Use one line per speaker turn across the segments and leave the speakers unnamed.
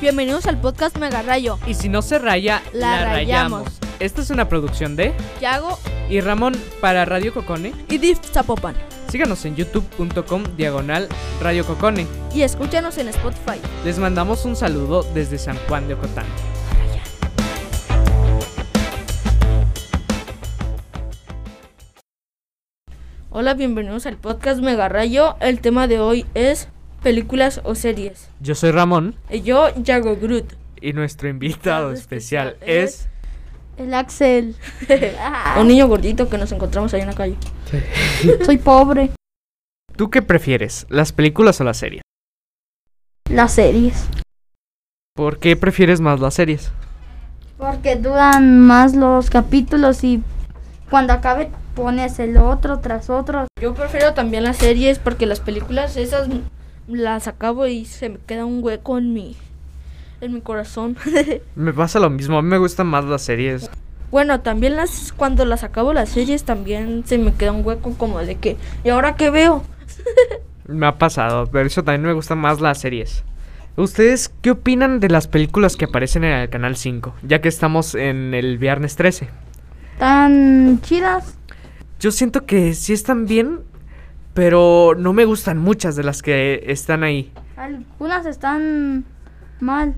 Bienvenidos al podcast Mega Rayo.
Y si no se raya,
La
la,
rayamos.
rayamos. Esta es una producción de
Yago
y Ramón para Radio Cocone.
y Div Zapopan.
Síganos en youtube.com diagonal Radio Cocone.
Y escúchanos en Spotify.
Les mandamos un saludo desde San Juan de Ocotán.
Hola, bienvenidos al podcast Mega Rayo. El tema de hoy es películas o series.
Yo soy Ramón
Y Yo, Yago Groot.
y nuestro invitado especial es...
El Axel. Ah.
Un niño gordito que nos encontramos ahí en la calle.
Soy pobre.
¿Tú qué prefieres, las películas o las series?
Las series.
¿Por qué prefieres más las series?
Porque duran más los capítulos y cuando acabe pones el otro tras otro.
Yo prefiero también las series porque las películas esas las acabo y se me queda un hueco en mi en mi corazón.
Me pasa lo mismo, a mí me gustan más las series.
Bueno, también las cuando las acabo las series también se me queda un hueco como de que ¿y ahora qué veo?
Me ha pasado, pero eso también me gustan más las series. ¿Ustedes qué opinan de las películas que aparecen en el Canal 5? Ya que estamos en el viernes 13.
Tan chidas.
Yo siento que sí están bien, pero no me gustan muchas de las que están ahí.
Algunas están mal.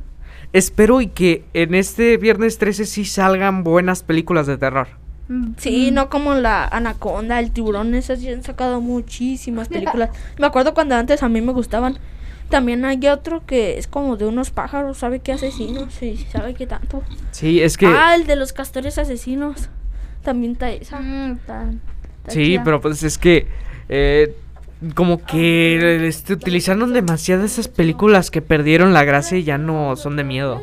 Espero y que en este viernes 13 sí salgan buenas películas de terror.
Mm,
Sí,
mm.
no como la anaconda, el tiburón, esas ya han sacado muchísimas películas. Me acuerdo cuando antes a mí me gustaban. También hay otro que es como de unos pájaros, sabe qué asesinos y sabe qué tanto.
Sí, es que...
Ah, el de los castores asesinos. También está esa.
Mm, tan- tan
Sí,
chida.
pero pues es que... eh, como que este, utilizaron demasiadas esas películas que perdieron la gracia y ya no son de miedo.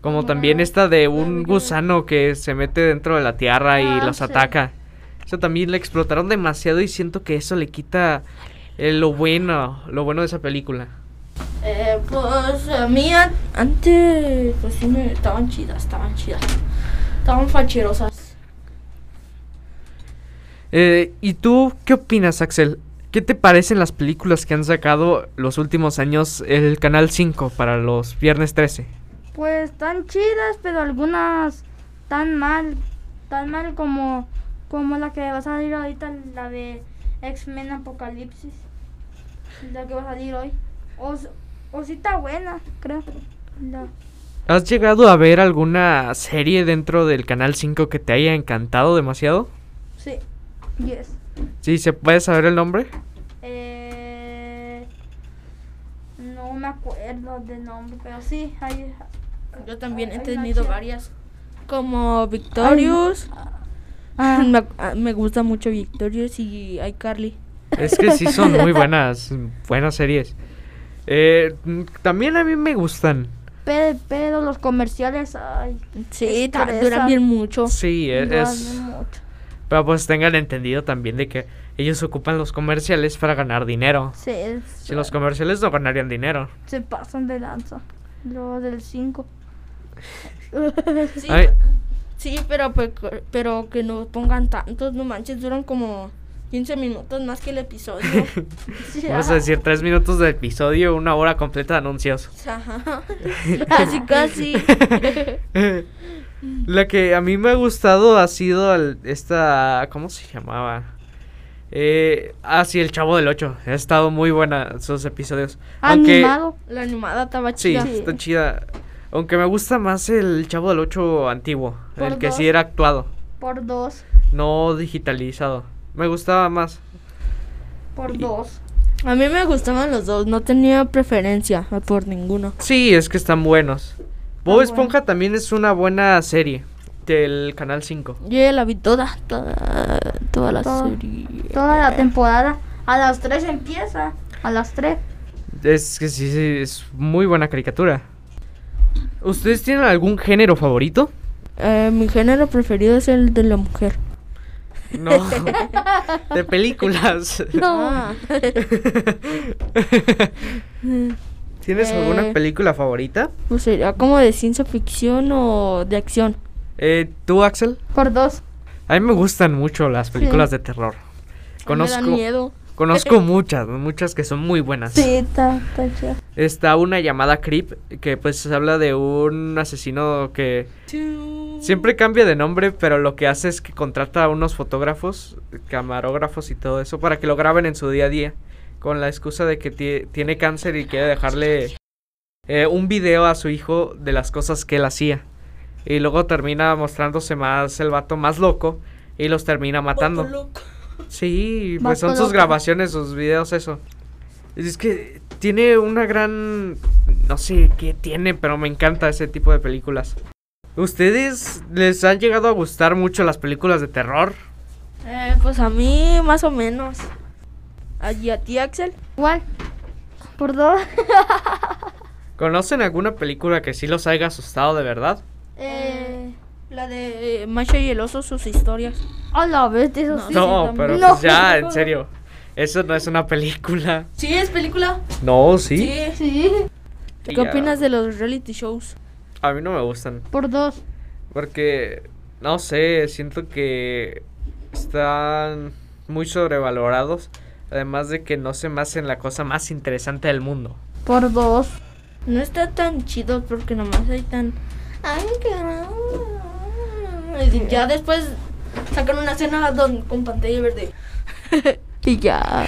Como también esta de un gusano que se mete dentro de la tierra y
Ah,
los
sí.
ataca. Eso también le explotaron demasiado y siento que eso le quita eh, lo bueno, lo bueno de esa película.
Eh, pues a mí an- antes, pues sí, me, estaban chidas, estaban chidas. Estaban facherosas.
Eh, ¿Y tú qué opinas, Axel? ¿Qué te parecen las películas que han sacado los últimos años el Canal 5 para los viernes 13?
Pues tan chidas, pero algunas tan mal. Tan mal como, como la que va a salir ahorita, la de X-Men Apocalipsis. La que va a salir hoy. O, s- o sí está buena, creo. La-
¿Has llegado a ver alguna serie dentro del Canal 5 que te haya encantado demasiado?
sí. Yes.
Sí, ¿se puede saber el nombre?
Eh, no me acuerdo del nombre, pero sí. Hay,
Yo también he
hay una
tenido
chida.
varias. Como Victorious.
Ah,
Me, ac- ah, me gusta mucho Victorious y iCarly.
Es que sí son muy buenas, buenas series. Eh, mm, también a mí me gustan.
pe- pero los comerciales, ay.
Sí,
Es
ta-
por
duran
esa.
bien mucho.
Sí, e-
duran
es...
mucho.
Pero pues tengan entendido también de que ellos ocupan los comerciales para ganar dinero.
Sí, es-
Si los comerciales no ganarían dinero.
Se pasan de lanza. Los del 5.
Sí,
Ay.
sí, pero, pe- pero que no pongan tantos, no manches, duran como 15 minutos más que el episodio.
Vamos a decir tres minutos de episodio, una hora completa de anuncios.
Ajá. casi, casi.
La que a mí me ha gustado ha sido el- esta... ¿Cómo se llamaba? Eh, ah, sí, El Chavo del Ocho. Ha estado muy buena sus episodios.
Animado.
La animada estaba
Sí,
chida.
Sí.
está chida. Aunque me gusta más el Chavo del Ocho antiguo.
Por
el que
dos.
sí era actuado,
Por dos.
no digitalizado. Me gustaba más.
Por
Y-
dos.
A mí me gustaban los dos, no tenía preferencia por ninguno.
Sí, es que están buenos. Bob
bueno.
Esponja también es una buena serie del Canal 5.
Yo la vi toda, toda, toda la
Toda.
serie.
Toda
Eh.
la temporada. A las tres empieza. A las tres.
Es que sí, sí, es muy buena caricatura. ¿Ustedes tienen algún género favorito?
Eh, mi género preferido es el de la mujer.
No. de películas.
Ah.
¿Tienes
Eh.
alguna película favorita?
Pues sería como de ciencia ficción o de acción.
Eh, ¿Tú, Axel?
Por dos.
A mí me gustan mucho las películas de terror.
Me dan
Conozco,
miedo.
Conozco muchas, muchas que son muy buenas.
Sí, está, está chido.
Está una llamada Creep, que pues habla de un asesino que siempre cambia de nombre, pero lo que hace es que contrata a unos fotógrafos, camarógrafos y todo eso, para que lo graben en su día a día, con la excusa de que tie- tiene cáncer y quiere dejarle eh, un video a su hijo de las cosas que él hacía. Y luego termina mostrándose más el vato más loco y los termina matando. Sí, pues son
Vato
sus
loco.
grabaciones, sus videos, eso. Es que tiene una gran... No sé qué tiene, pero me encanta ese tipo de películas. ¿Ustedes les han llegado a gustar mucho las películas de terror?
Eh, pues a mí más o menos. Allí a ti, Axel.
¿Cuál? ¿Por dos?
¿Conocen alguna película que sí los haya asustado de verdad?
eh,
La de Masha y el oso, sus historias.
a la vez, eso
No.
sí.
no,
también.
pero
No.
pues ya, en serio. Eso no es una película.
Sí, es película.
No, sí.
Sí.
¿Qué
Ya.
opinas de los reality shows?
A mí no me gustan.
Por dos.
Porque, no sé, siento que están muy sobrevalorados. Además de que no se me hacen la cosa más interesante del mundo.
Por dos.
No está tan chido porque nomás hay tan. Ay, Y ya después sacan una escena don- con pantalla verde. y ya.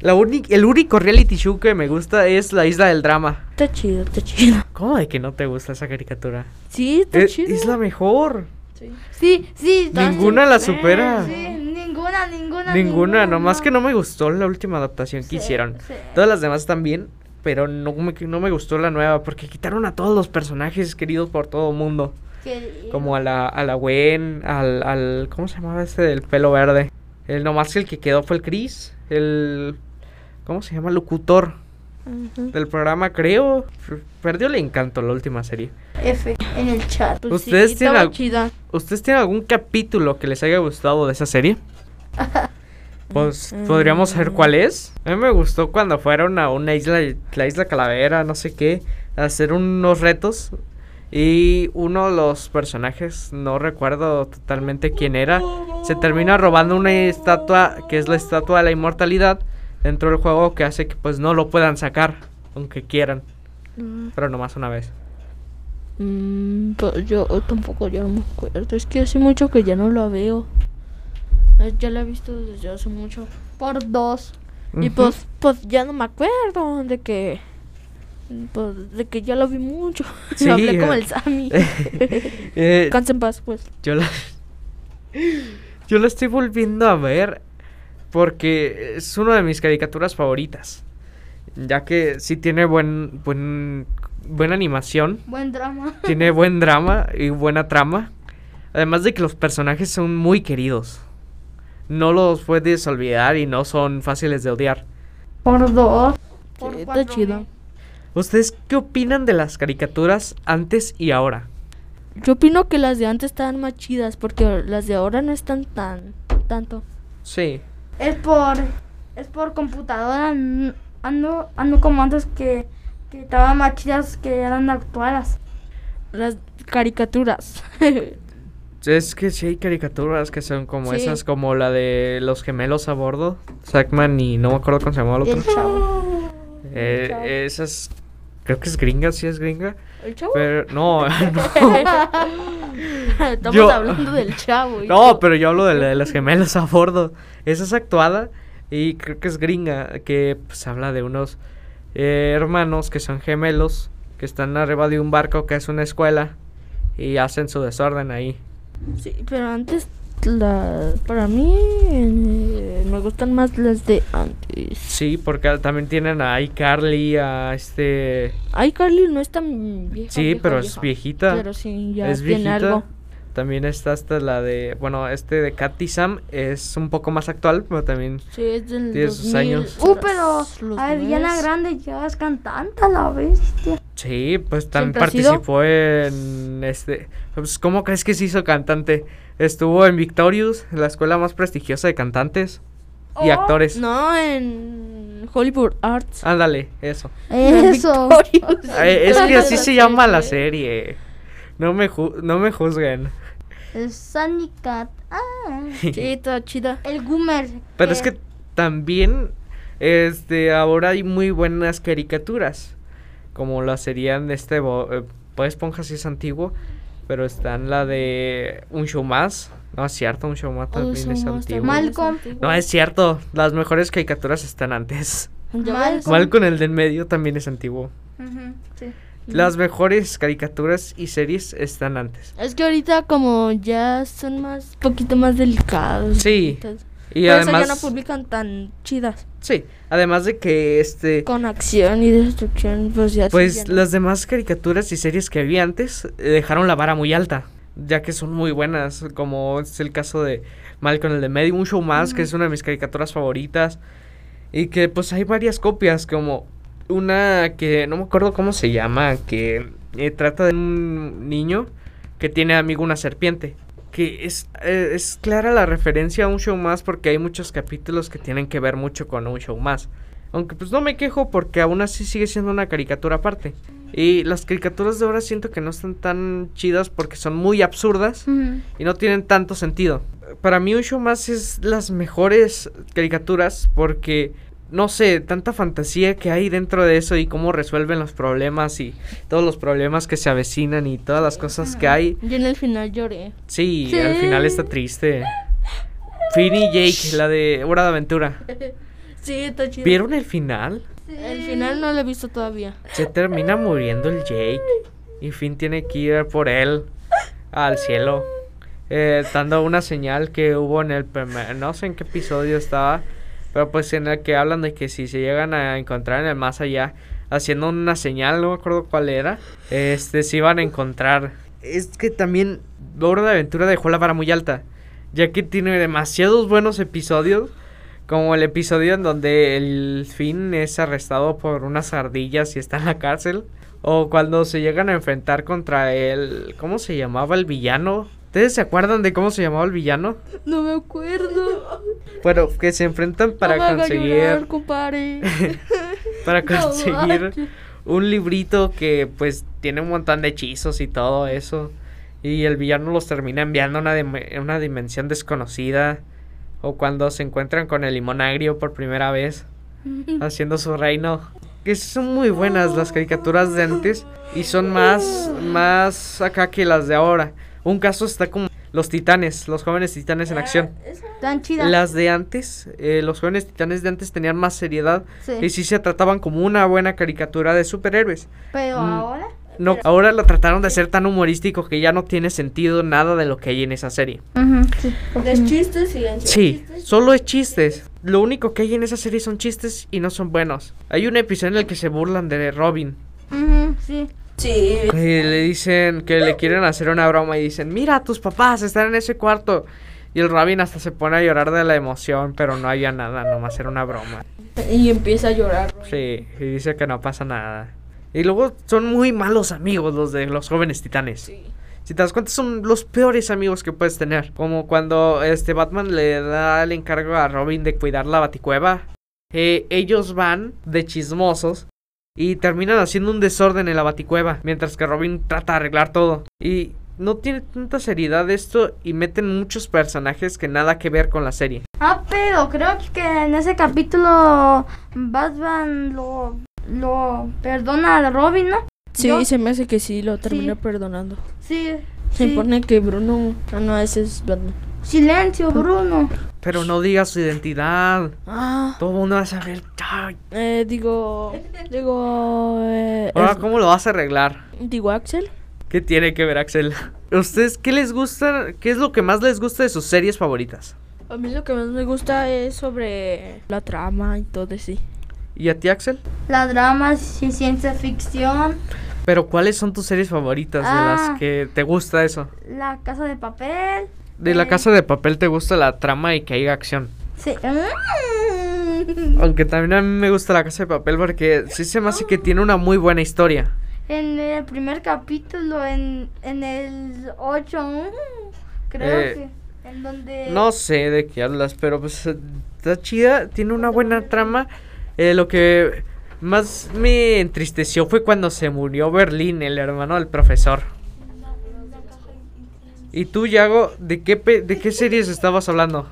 La uni- el único reality show que me gusta es La Isla del Drama.
Está chido, está chido.
¿Cómo de que no te gusta esa caricatura?
Sí, está
Es,
chido.
Eh, es la mejor.
Sí.
Sí, sí. están-
Ninguna la
sí,
supera.
Sí, ninguna, ninguna.
Ninguna, nomás que no me gustó la última adaptación que hicieron.
sí.
Todas las demás también, pero no me, no me gustó la nueva porque quitaron a todos los personajes queridos por todo el mundo.
Que-
Como a la, a la Gwen, al, al. ¿Cómo se llamaba este del pelo verde? El nomás el que quedó fue el Chris, el. ¿Cómo se llama? Locutor
Ajá.
del programa, creo. F- Perdió el encanto la última serie.
F en el chat.
Pues
¿Ustedes
sí,
tienen
estaba
algo-
chida.
¿Ustedes tienen algún capítulo que les haya gustado de esa serie? Pues podríamos saber
Mm.
cuál es. A mí me gustó cuando fueron a una isla, la isla Calavera, no sé qué, a hacer unos retos. Y uno de los personajes, no recuerdo totalmente quién era, se termina robando una estatua que es la estatua de la inmortalidad dentro del juego que hace que pues no lo puedan sacar, aunque quieran, pero nomás una vez.
Mm, pues yo tampoco ya no me acuerdo. Es que hace mucho que ya no la veo. Eh, Ya la he visto desde hace mucho.
Por dos.
Y
Ujú.
pues, pues ya no me acuerdo de que. Pues de que ya lo vi mucho.
Sí,
Lo hablé como
eh.
el Sammy.
Eh,
Cansen paz, pues.
Yo la, yo la estoy volviendo a ver porque es una de mis caricaturas favoritas. Ya que sí tiene buen, buen, buena animación,
Buen drama.
tiene buen drama y buena trama. Además de que los personajes son muy queridos. No los puedes olvidar y no son fáciles de odiar.
Por dos.
Sí, está
cuatro
chido.
mil.
¿Ustedes qué opinan de las caricaturas antes y ahora?
Yo opino que las de antes estaban más chidas porque las de ahora no están tan. tanto.
Sí.
Es por. Es por computadora. n- Ando, ando como antes que. Que estaban más chidas que eran actuales.
Las caricaturas.
Es que sí hay caricaturas que son como
Sí.
esas, como la de los gemelos a bordo, Sackman y no me acuerdo cómo se llamaba el
El
otro.
chavo.
Eh,
chavo.
esas, creo que es gringa, sí es gringa.
¿El chavo?
Pero no,
Estamos
Yo-
hablando del chavo.
no,
y
no,
yo-
pero yo hablo de, la de los gemelos a bordo. Esa es actuada y creo que es gringa, que pues habla de unos eh, hermanos que son gemelos, que están arriba de un barco que es una escuela y hacen su desorden ahí.
Sí, pero antes. La, para mí eh, me gustan más las de antes.
Sí, porque también tienen a iCarly, a este...
Ay, Carly no es tan vieja.
Sí,
vieja,
pero es viejita.
Pero sí, ya
es
tiene
viejita.
algo.
También está hasta la de, bueno, este de Katy Sam es un poco más actual, pero también
Sí, es del
Tiene sus
2000
años.
Uh,
tras
pero.
los
A Diana
nueves.
Grande ya es cantante a la bestia.
sí, pues también
¿Siempre ha sido?
participó en este, pues ¿cómo crees que se hizo cantante? Estuvo en Victorious, la escuela más prestigiosa de cantantes y
Oh,
actores.
No, en Hollywood Arts.
Ándale, eso.
Eso.
Victorious.
Eh, es que así
Victorious
se llama la
Arts, eh.
serie. No me ju- no me juzguen.
El Sunny Cat. Ah.
Sí, está chida.
El Goomer. Eh,
Pero es que también este ahora hay muy buenas caricaturas, como la serían este Bo- eh, Bob Esponja si es antiguo, pero están la de Un Show Más, no es cierto, Un Show Más también es antiguo.
Mal-
No es cierto, las mejores caricaturas están antes.
Mal-
Mal con el del medio también es antiguo.
Ujú, sí.
Las mejores caricaturas y series están antes.
Es que ahorita como ya son más, poquito más delicados.
Sí,
entonces-
Y
por
además
eso ya no publican tan chidas.
Sí, además de que este
Con acción y destrucción, pues ya. sí, ya
pues
no.
las demás caricaturas y series que vi antes eh, dejaron la vara muy alta, ya que son muy buenas, como es el caso de Malcolm el de medio, un show más que es una de mis caricaturas favoritas y que pues hay varias copias como una que no me acuerdo cómo se llama, que eh, trata de un niño que tiene amigo una serpiente. Que es, eh, es clara la referencia a un show más porque hay muchos capítulos que tienen que ver mucho con un show más. Aunque pues no me quejo porque aún así sigue siendo una caricatura aparte. Y las caricaturas de ahora siento que no están tan chidas porque son muy absurdas
Ujú.
y no tienen tanto sentido. Para mí un show más es las mejores caricaturas porque no sé, tanta fantasía que hay dentro de eso y cómo resuelven los problemas y todos los problemas que se avecinan y todas las cosas que hay.
Yo en el final lloré.
Sí,
Sí.
al final está triste. Finn y Jake, la de Hora de Aventura.
Sí, está chido.
¿Vieron el final?
El final no lo he visto todavía.
Se termina muriendo el Jake y Finn tiene que ir por él al cielo, eh, dando una señal que hubo en el primer, no sé en qué episodio estaba, pero pues en el que hablan de que si se llegan a encontrar en el más allá, haciendo una señal, no me acuerdo cuál era, este, se iban a encontrar. Es que también Hora de Aventura dejó la vara muy alta, ya que tiene demasiados buenos episodios. Como el episodio en donde el Finn es arrestado por unas ardillas y está en la cárcel. O cuando se llegan a enfrentar contra el... ¿Cómo se llamaba el villano? ¿Ustedes se acuerdan de cómo se llamaba el villano?
No me acuerdo.
Bueno, que se enfrentan para
no me haga llorar,
conseguir...
compadre.
Para
No
conseguir
manches.
un librito que pues tiene un montón de hechizos y todo eso. Y el villano los termina enviando a una, dim- una dimensión desconocida. O cuando se encuentran con el limón agrio por primera vez. haciendo su reino. Que son muy buenas las caricaturas de antes y son más, más acá que las de ahora. Un caso está como los titanes, los jóvenes titanes en acción.
Ah,
Tan chida.
Las de antes, eh, los jóvenes titanes de antes tenían más seriedad
Sí.
y sí se trataban como una buena caricatura de superhéroes.
Pero
Mm.
ahora.
No, ahora lo trataron de ser tan humorístico que ya no tiene sentido nada de lo que hay en esa serie.
Ujú, sí.
Es chiste, silencio.
Sí, solo es chistes. Lo único que hay en esa serie son chistes y no son buenos. Hay un episodio en el que se burlan de Robin.
Ujú, sí.
Sí.
Y le dicen que le quieren hacer una broma y dicen, mira, tus papás están en ese cuarto. Y el Robin hasta se pone a llorar de la emoción, pero no había nada, nomás era una broma.
Y empieza a llorar.
Sí, y dice que no pasa nada. Y luego son muy malos amigos los de los jóvenes titanes. Si te das cuenta, son los peores amigos que puedes tener. Como cuando este Batman le da el encargo a Robin de cuidar la baticueva. Eh, ellos van de chismosos y terminan haciendo un desorden en la baticueva. Mientras que Robin trata de arreglar todo. Y no tiene tanta seriedad esto y meten muchos personajes que nada que ver con la serie.
Ah, pero creo que en ese capítulo Batman lo, lo perdona a Robin, ¿no?
Sí,
Yo-
se me hace que sí lo termina perdonando.
Sí.
Se
sí.
pone que Bruno. Ah, no, ese es Batman.
Silencio, Bruno.
Pero no digas su identidad.
Ah,
Todo el mundo va a saber. Ay,
eh, digo. Digo. Eh,
Ahora,
es-
¿cómo lo vas a arreglar?
digo Axel.
¿Qué tiene que ver Axel? ¿Ustedes qué les gusta? ¿Qué es lo que más les gusta de sus series favoritas?
A mí lo que más me gusta es sobre la trama y todo, sí.
¿Y a ti, Axel?
Las dramas y ciencia ficción.
Pero ¿cuáles son tus series favoritas de
Ah.
las que te gusta eso?
La casa de papel.
De la
eh,
casa de papel te gusta la trama y que haya acción.
Sí. Mm.
Aunque también a mí me gusta la casa de papel porque sí se me hace que tiene una muy buena historia.
En el primer capítulo, en, en el 8, creo
Eh,
que. En donde.
No sé de qué hablas, pero pues eh, está chida, tiene una buena trama. Eh, lo que más me entristeció fue cuando se murió Berlín, el hermano del profesor. ¿Y tú, Yago, de qué, pe- de qué series estabas hablando?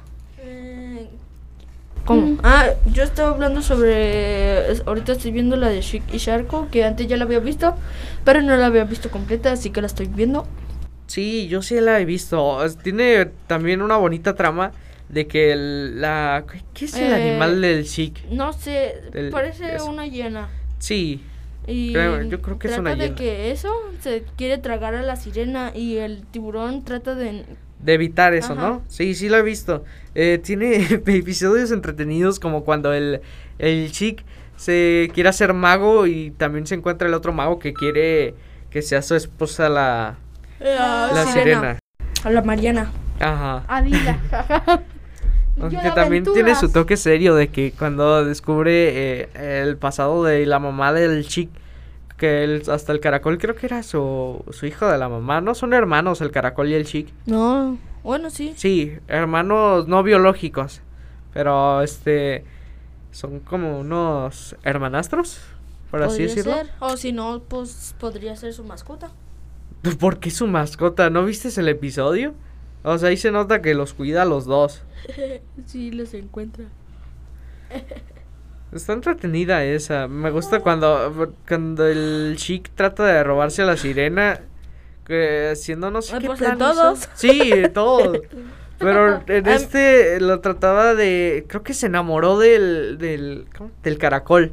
¿Cómo?
Mm.
Ah, yo estaba hablando sobre. es- Ahorita estoy viendo la de Chic y Sharko, que antes ya la había visto, pero no la había visto completa, así que la estoy viendo.
Sí, yo sí la he visto. Es- Tiene también una bonita trama de que el- la... ¿qué- ¿Qué es el
Eh,
animal del chic?
No sé,
El-
parece
eso.
una hiena.
Sí,
Y
Creo- yo creo que es una
trata de
hiena.
que eso se quiere tragar a la sirena y el tiburón trata de
de evitar eso,
Ajá.
¿no? Sí, sí lo he visto. Eh, tiene episodios entretenidos como cuando el, el chic se quiere hacer mago y también se encuentra el otro mago que quiere que sea su esposa la,
la,
la sirena.
Ah, a la Mariana.
Ajá.
Avila.
Aunque también tiene su toque serio de que cuando descubre eh, el pasado de la mamá del chic, que él, hasta el caracol creo que era su, su hijo de la mamá, no son hermanos el caracol y el chic.
No, bueno, sí.
Sí, hermanos no biológicos, pero este son como unos hermanastros, por así
podría
decirlo.
ser. O si no, pues podría ser su mascota.
¿Por qué su mascota? ¿No viste el episodio? O sea, ahí se nota que los cuida a los dos.
Sí, los encuentra.
Está entretenida esa. Me gusta cuando, cuando el chic trata de robarse a la sirena. Que haciendo no sé
Ah,
qué
pues,
plan
en todos.
hizo. Sí, en todos. Pero en
Am-
este eh, lo trataba de. Creo que se enamoró del. del. ¿cómo? del caracol.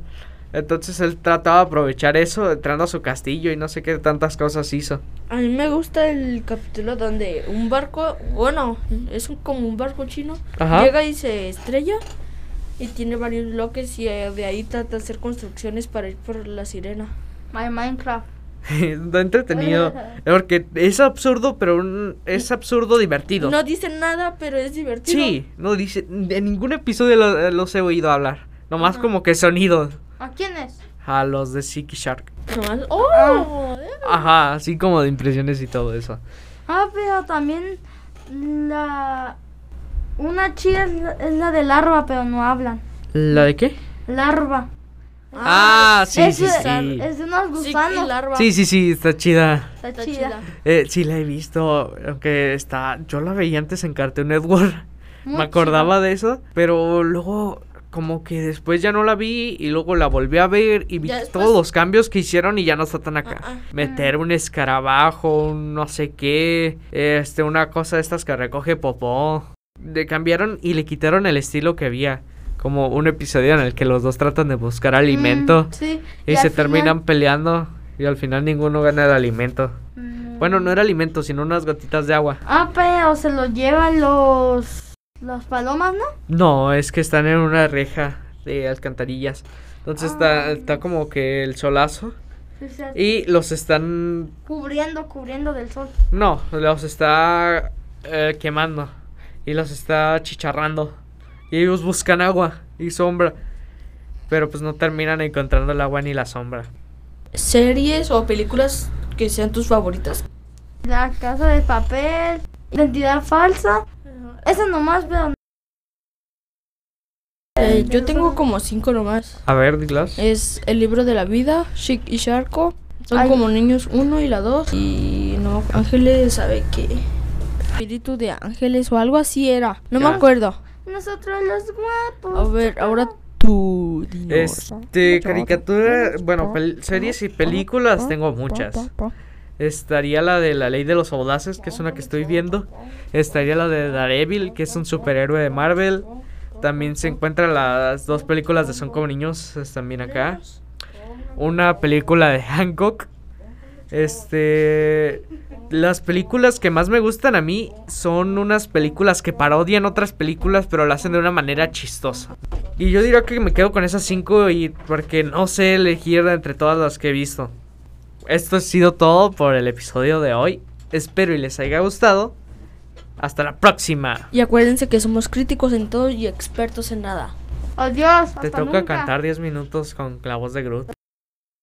Entonces él trataba de aprovechar eso, entrando a su castillo y no sé qué tantas cosas hizo.
A mí me gusta el capítulo donde un barco, bueno, es un- como un barco chino,
Ajá.
llega y se estrella y tiene varios bloques y eh, de ahí trata de hacer construcciones para ir por la sirena.
My Minecraft.
Está entretenido. Porque es absurdo, pero un- es absurdo divertido.
No dice nada, pero es divertido.
Sí, no dice. En ningún episodio lo- eh, los he oído hablar. Nomás
Ajá.
como que sonido.
¿A quién es?
A los de Siki Shark.
Nomás-
Ah.
¡Oh!
Ajá, así como de impresiones y todo eso.
Ah, pero también la... Una chida es la, es la de larva, pero no hablan.
¿La de qué?
Larva.
Ah, sí,
es,
sí,
de-
sí.
es de unos
Sí, y
gusanos.
larva.
Sí, sí, sí, está chida.
Está
Está
chida.
chida.
Eh, sí, la he visto, aunque está... Yo la veía antes en Cartoon Network.
Muy
Me acordaba de eso, pero luego como que después ya no la vi y luego la volví a ver y vi
Ya después-
todos los cambios que hicieron y ya no está tan acá.
Ah, ah.
Meter un escarabajo, un no sé qué, este, una cosa de estas que recoge popó. Le cambiaron y le quitaron el estilo que había. Como un episodio en el que los dos tratan de buscar alimento.
Mm, sí.
Y,
al
se
final-
terminan peleando y al final ninguno gana el alimento.
Mm.
Bueno, no era alimento, sino unas gotitas de agua.
Ah, pero se lo llevan los... Las palomas, ¿no?
No, es que están en una reja de alcantarillas. Entonces está,
Ah.
está como que el solazo.
Sí, sí,
Y los están...
Cubriendo, cubriendo del sol.
No, los está eh, quemando. Y los está chicharrando. Y ellos buscan agua y sombra. Pero pues no terminan encontrando el agua ni la sombra.
Series o películas que sean tus favoritas.
La casa de papel. Identidad falsa. Esa nomás, pero...
Eh, yo tengo como cinco nomás.
A ver, Diglas.
Es El libro de la vida, Chic y Sharko. Son
Ay.
como niños uno y la dos. Y no, Ángeles sabe que. Espíritu de Ángeles o algo así era. No me
Ah.
acuerdo.
Nosotros los
A
guapos.
ver, ahora tú. dinos.
Este, caricatura, bueno, pel- series y películas tengo muchas. Estaría la de La Ley de los Audaces, que es una que estoy viendo. Estaría la de Daredevil, que es un superhéroe de Marvel. También se encuentran las dos películas de Son como niños, es también acá. Una película de Hancock. Este, las películas que más me gustan a mí son unas películas que parodian otras películas, pero lo hacen de una manera chistosa. Y yo diría que me quedo con esas cinco y porque no sé elegir de entre todas las que he visto. Esto ha sido todo por el episodio de hoy. Espero y les haya gustado. Hasta la próxima.
Y acuérdense que somos críticos en todo y expertos en nada.
Adiós.
Te
Oh, hasta
toca
nunca.
cantar 10 minutos con clavos de Groot.